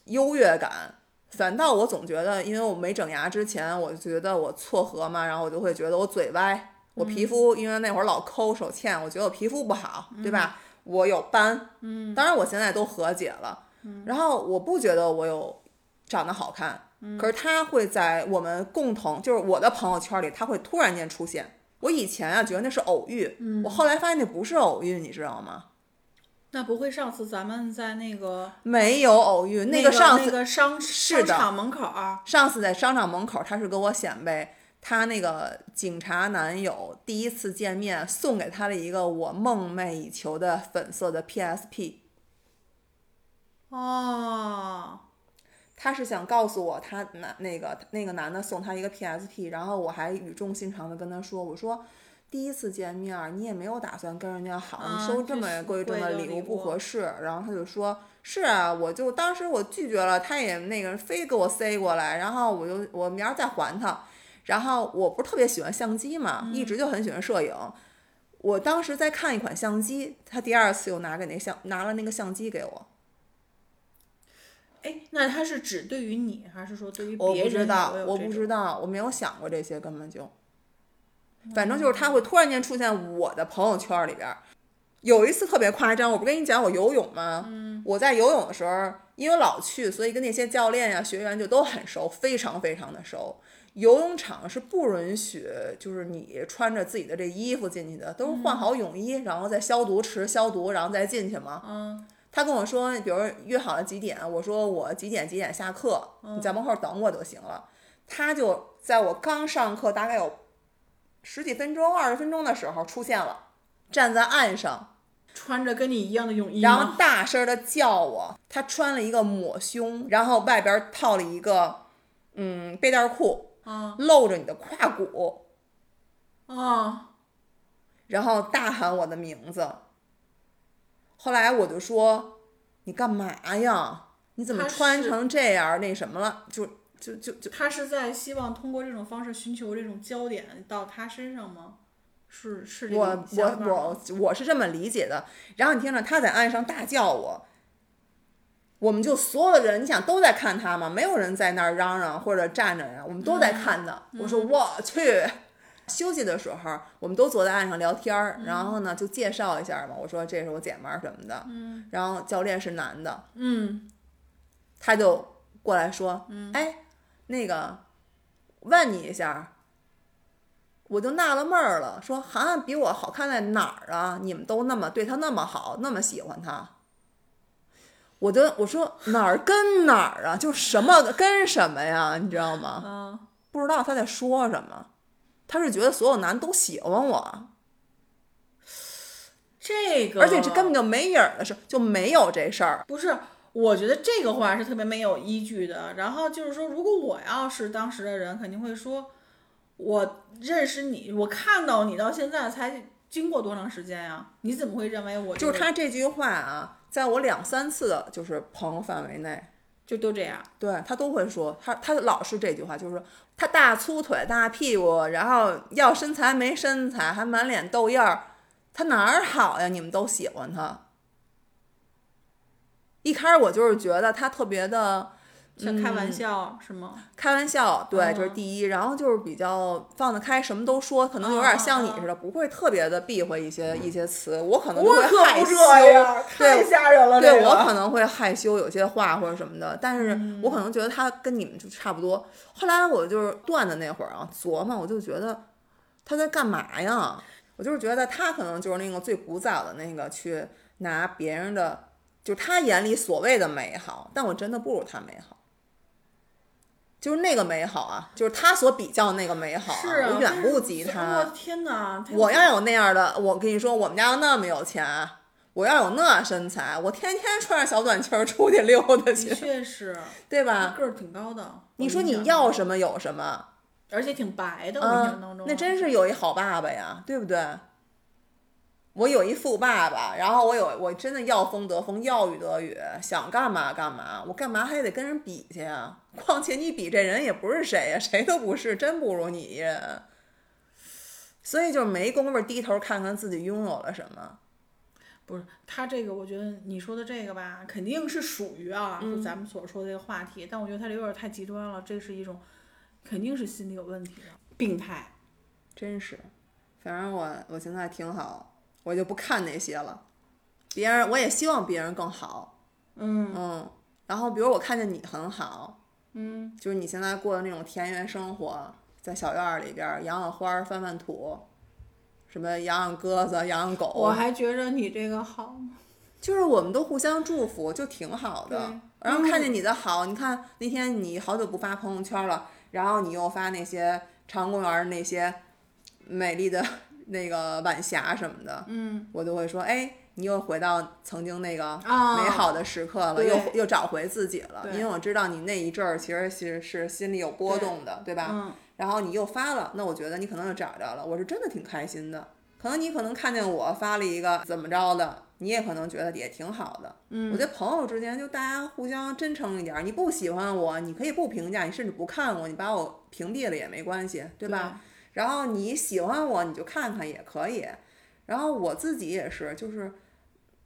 [SPEAKER 2] 优越感，反倒我总觉得，因为我没整牙之前，我就觉得我撮合嘛，然后我就会觉得我嘴歪，我皮肤、因为那会儿老抠手欠，我觉得我皮肤不好，对吧？我有斑，嗯，当然我现在都和解了，嗯，然后我不觉得我有长得好看，
[SPEAKER 1] 嗯
[SPEAKER 2] 可是他会在我们共同，就是我的朋友圈里，他会突然间出现。我以前啊觉得那是偶遇，
[SPEAKER 1] 嗯
[SPEAKER 2] 我后来发现那不是偶遇，你知道吗？
[SPEAKER 1] 那不会上次咱们在那个
[SPEAKER 2] 没有偶遇，那
[SPEAKER 1] 个
[SPEAKER 2] 上次、
[SPEAKER 1] 那个商
[SPEAKER 2] 是
[SPEAKER 1] 商
[SPEAKER 2] 的
[SPEAKER 1] 场门口儿，啊
[SPEAKER 2] 上次在商场门口，他是跟我显摆他那个警察男友第一次见面送给他了一个我梦寐以求的粉色的 PSP，
[SPEAKER 1] 哦，
[SPEAKER 2] 他是想告诉我，他那那个那个男的送他一个 PSP，然后我还语重心长的跟他说，我说第一次见面儿你也没有打算跟人家好，
[SPEAKER 1] 啊
[SPEAKER 2] 你收
[SPEAKER 1] 这
[SPEAKER 2] 这么
[SPEAKER 1] 是
[SPEAKER 2] 贵重
[SPEAKER 1] 贵的
[SPEAKER 2] 礼
[SPEAKER 1] 礼
[SPEAKER 2] 物不
[SPEAKER 1] 物
[SPEAKER 2] 合适。然后他就说，是啊，我就当时我拒绝了，他也那个非给我塞过来，然后我就我明儿再还他。然后我不是特别喜欢相机嘛，
[SPEAKER 1] 嗯
[SPEAKER 2] 一直就很喜欢摄影。我当时在看一款相机，他第二次又拿给那相拿了那个相机给我，
[SPEAKER 1] 哎，那他是指对于你，还是说对于
[SPEAKER 2] 我
[SPEAKER 1] 别
[SPEAKER 2] 不知
[SPEAKER 1] 人？
[SPEAKER 2] 道，
[SPEAKER 1] 有
[SPEAKER 2] 我
[SPEAKER 1] 这种
[SPEAKER 2] 不知道，我没有想过这些，根本就。
[SPEAKER 1] 嗯
[SPEAKER 2] 反正就是他会突然间出现我的朋友圈里边儿。有一次特别夸张，我不跟你讲我游泳吗？
[SPEAKER 1] 嗯
[SPEAKER 2] 我在游泳的时候，因为老去，所以跟那些教练呀、学员就都很熟，非常非常的熟。游泳场是不允许，就是你穿着自己的这衣服进去的，都
[SPEAKER 1] 嗯
[SPEAKER 2] 是换好泳衣，然后再消毒池消毒，然后再进去嘛。他跟我说，比如约好了几点，我说我几点几点下课，你在门口等我就行了。他就在我刚上课大概有十几分钟、二十分钟的时候出现了，站在岸上，
[SPEAKER 1] 穿着跟你一样的泳衣
[SPEAKER 2] 然
[SPEAKER 1] 吗？
[SPEAKER 2] 后大声的叫我。他穿了一个抹胸，然后外边套了一个嗯背带裤，
[SPEAKER 1] 啊
[SPEAKER 2] 露着你的胯骨，
[SPEAKER 1] 啊，
[SPEAKER 2] 然后大喊我的名字。后来我就说：“你干嘛呀？你怎么
[SPEAKER 1] 他
[SPEAKER 2] 穿
[SPEAKER 1] 是
[SPEAKER 2] 成这样儿？那什么了？就就就就
[SPEAKER 1] 他是在希望通过这种方式寻求这种焦点到他身上吗？是是这
[SPEAKER 2] 我
[SPEAKER 1] 种
[SPEAKER 2] 我
[SPEAKER 1] 想法吗
[SPEAKER 2] 我我是这么理解的。然后你听着，他在岸上大叫我，我们就所有的人，你想都在看他嘛，没有人在那儿嚷嚷或者站着呀，我们都在
[SPEAKER 1] 嗯
[SPEAKER 2] 看的。我说我去。休息的时候，我们都坐在岸上聊天儿，然后呢就介绍一下嘛。我说这是我姐们儿什么的，嗯，然后教练是男的，
[SPEAKER 1] 嗯
[SPEAKER 2] 他就过来说，嗯，哎，那个问你一下，我就纳了闷儿了，说涵涵比我好看在哪儿啊？你们都那么对她那么好，那么喜欢她。我就我说哪儿跟哪儿啊，就什么跟什么呀，你知道吗？
[SPEAKER 1] 啊
[SPEAKER 2] 不知道他在说什么，他是觉得所有男都喜欢我，
[SPEAKER 1] 这个
[SPEAKER 2] 而且这根本就没影儿的事，就没有这事儿。
[SPEAKER 1] 不是，我觉得这个话是特别没有依据的。然后就是说，如果我要是当时的人，肯定会说，我认识你，我看到你到现在才经过多长时间呀、你怎么会认为我
[SPEAKER 2] 就是他这句话啊，在我两三次的就是朋友范围内，
[SPEAKER 1] 就都这样？
[SPEAKER 2] 对他都会说，他他老是这句话，就是说他大粗腿大屁股，然后要身材没身材，还满脸痘印儿，他哪儿好呀？你们都喜欢他。一开始我就是觉得他特别的
[SPEAKER 1] 像开玩笑、是吗？
[SPEAKER 2] 开玩笑，对，
[SPEAKER 1] 嗯
[SPEAKER 2] 这是第一，然后就是比较放得开，什么都说，可能有点像你似的，不会特别的避讳一些一些词，我可能就会害羞，
[SPEAKER 1] 样，
[SPEAKER 2] 对
[SPEAKER 1] 吓人了
[SPEAKER 2] 对
[SPEAKER 1] 这个嗯
[SPEAKER 2] 我可能会害羞，有些话或者什么的，但是我可能觉得他跟你们就差不多。后来我就是断的那会儿啊，琢磨，我就觉得他在干嘛呀？我就是觉得他可能就是那个最古早的那个去拿别人的，就是他眼里所谓的美好，但我真的不如他美好。就是那个美好啊，就是他所比较那个美好、
[SPEAKER 1] 是啊
[SPEAKER 2] 我远不及
[SPEAKER 1] 但是
[SPEAKER 2] 他。
[SPEAKER 1] 我的天哪！他
[SPEAKER 2] 我要有那样的，我跟你说，我们家要那么有钱，我要有那身材，我天天穿着小短裙儿出去溜达
[SPEAKER 1] 的
[SPEAKER 2] 去，
[SPEAKER 1] 确是
[SPEAKER 2] 对
[SPEAKER 1] 他
[SPEAKER 2] 吧？
[SPEAKER 1] 个儿挺高的，
[SPEAKER 2] 你
[SPEAKER 1] 我
[SPEAKER 2] 说你
[SPEAKER 1] 印象
[SPEAKER 2] 要
[SPEAKER 1] 中，
[SPEAKER 2] 什么有什么，
[SPEAKER 1] 而且挺白的，我印象当
[SPEAKER 2] 嗯
[SPEAKER 1] 中，
[SPEAKER 2] 那真是有一好爸爸呀，对不对？我有一富爸爸，然后我有我真的要风得风，要雨得雨，想干嘛干嘛，我干嘛还得跟人比去呀？况且你比这人也不是谁呀，谁都不是，真不如你一人。所以就是没工夫低头看看自己拥有了什么。
[SPEAKER 1] 不是他这个，我觉得你说的这个吧，肯定是属于啊，
[SPEAKER 2] 嗯
[SPEAKER 1] 就咱们所说的这个话题。但我觉得他这有点太极端了，这是一种肯定是心理有问题的病态。
[SPEAKER 2] 真是，反正我我现在挺好，我就不看那些了。别人我也希望别人更好，嗯然后比如我看见你很好，嗯，就是你现在过的那种田园生活，在小院儿里边儿养养花儿、翻翻土，什么养养鸽子、养养
[SPEAKER 1] 我
[SPEAKER 2] 狗，
[SPEAKER 1] 还觉着你这个好，
[SPEAKER 2] 就是我们都互相祝福，就挺好
[SPEAKER 1] 对。
[SPEAKER 2] 的
[SPEAKER 1] 嗯
[SPEAKER 2] 然后看见你的好，你看那天你好久不发朋友圈了，然后你又发那些长公园儿那些美丽的那个晚霞什么的，嗯，我就会说，哎，你又回到曾经那个
[SPEAKER 1] 啊
[SPEAKER 2] 美好的时刻了，
[SPEAKER 1] 对
[SPEAKER 2] 又又找回自己了，
[SPEAKER 1] 对
[SPEAKER 2] 因为我知道你那一阵儿其实是是心里有波动的，对吧？
[SPEAKER 1] 嗯，
[SPEAKER 2] 然后你又发了，那我觉得你可能又找着了，我是真的挺开心的。可能你可能看见我发了一个怎么着的，你也可能觉得也挺好的。嗯，我觉得朋友之间就大家互相真诚一点儿，你不喜欢我，你可以不评价，你甚至不看我，你把我屏蔽了也没关系，对吧？？然后你喜欢我，你就看看也可以。然后我自己也是，就是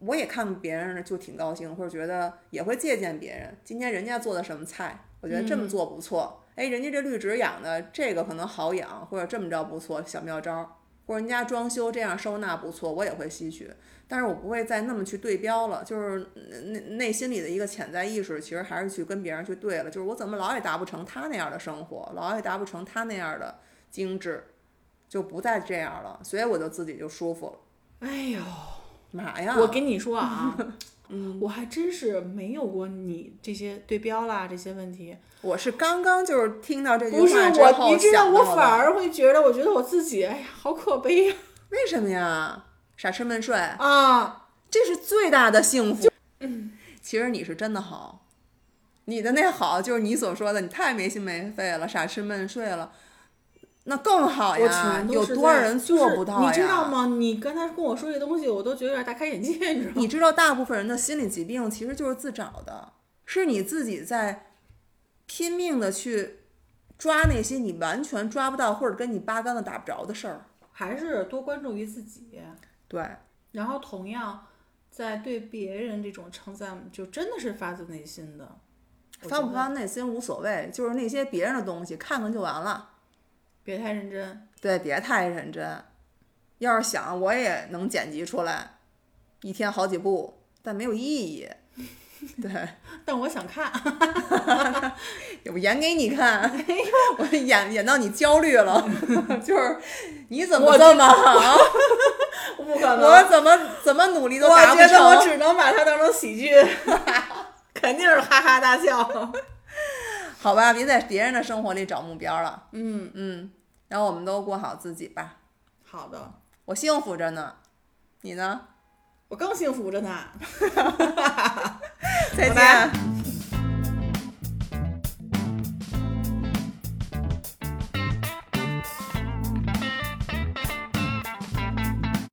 [SPEAKER 2] 我也看别人就挺高兴，或者觉得也会借鉴别人。今天人家做的什么菜，我觉得这么做不错。哎，人家这绿植养的这个可能好养，或者这么着不错，小妙招儿。或者人家装修这样收纳不错，我也会吸取，但是我不会再那么去对标了。就是内内心里的一个潜在意识，其实还是去跟别人去对了。就是我怎么老也达不成他那样的生活，老也达不成他那样的精致，就不再这样了，所以我就自己就舒服了。
[SPEAKER 1] 哎呦，
[SPEAKER 2] 妈呀！
[SPEAKER 1] 我跟你说 啊，嗯，我还真是没有过你这些对标啦这些问题。
[SPEAKER 2] 我是刚刚就是听到这句
[SPEAKER 1] 不是
[SPEAKER 2] 话之
[SPEAKER 1] 我，
[SPEAKER 2] 后
[SPEAKER 1] 你知道，
[SPEAKER 2] 想
[SPEAKER 1] 我
[SPEAKER 2] 到
[SPEAKER 1] 反
[SPEAKER 2] 的。
[SPEAKER 1] 而会觉得，我觉得我自己，哎呀，好可悲 呀！
[SPEAKER 2] 为什么呀？傻吃闷睡，
[SPEAKER 1] 啊，
[SPEAKER 2] 这是最大的幸福。 其实你是真的好，你的那好就是你所说的，你太没心没肺了，傻吃闷睡了，那更好
[SPEAKER 1] 我全
[SPEAKER 2] 呀。
[SPEAKER 1] 都
[SPEAKER 2] 有
[SPEAKER 1] 是
[SPEAKER 2] 多少
[SPEAKER 1] 在
[SPEAKER 2] 人
[SPEAKER 1] 就是
[SPEAKER 2] 做不到呀？
[SPEAKER 1] 你知道吗？你刚才跟我说这东西，我都觉得有点大开眼界，你知道吗？
[SPEAKER 2] 你知道，大部分人的心理疾病其实就是自找的，是你自己在拼命的去抓那些你完全抓不到或者跟你八竿子打不着的事儿。
[SPEAKER 1] 还是多关注于自己，
[SPEAKER 2] 对，
[SPEAKER 1] 然后同样在对别人这种称赞，就真的是发自内心的。我
[SPEAKER 2] 发
[SPEAKER 1] 觉
[SPEAKER 2] 不
[SPEAKER 1] 得
[SPEAKER 2] 发内心无所谓，就是那些别人的东西看看就完了。
[SPEAKER 1] 别太认真，
[SPEAKER 2] 对，别太认真。要是想，我也能剪辑出来，一天好几部，但没有意义。对，
[SPEAKER 1] 但我想看，
[SPEAKER 2] 我演给你看， 我演演到你焦虑了， 就是你怎么
[SPEAKER 1] 我
[SPEAKER 2] 这么好？啊
[SPEAKER 1] 不可
[SPEAKER 2] 我怎么怎么努力都
[SPEAKER 1] 我
[SPEAKER 2] 达不
[SPEAKER 1] 觉得我
[SPEAKER 2] 成。
[SPEAKER 1] 只能把它当成喜剧， 肯定是哈哈大笑。
[SPEAKER 2] 好吧，别在别人的生活里找目标了。
[SPEAKER 1] 嗯，
[SPEAKER 2] 嗯，然后我们都过好自己吧。
[SPEAKER 1] 好的，
[SPEAKER 2] 我幸福着呢，你呢？
[SPEAKER 1] 我更幸福着呢。
[SPEAKER 2] 再
[SPEAKER 1] 拜拜
[SPEAKER 2] 见。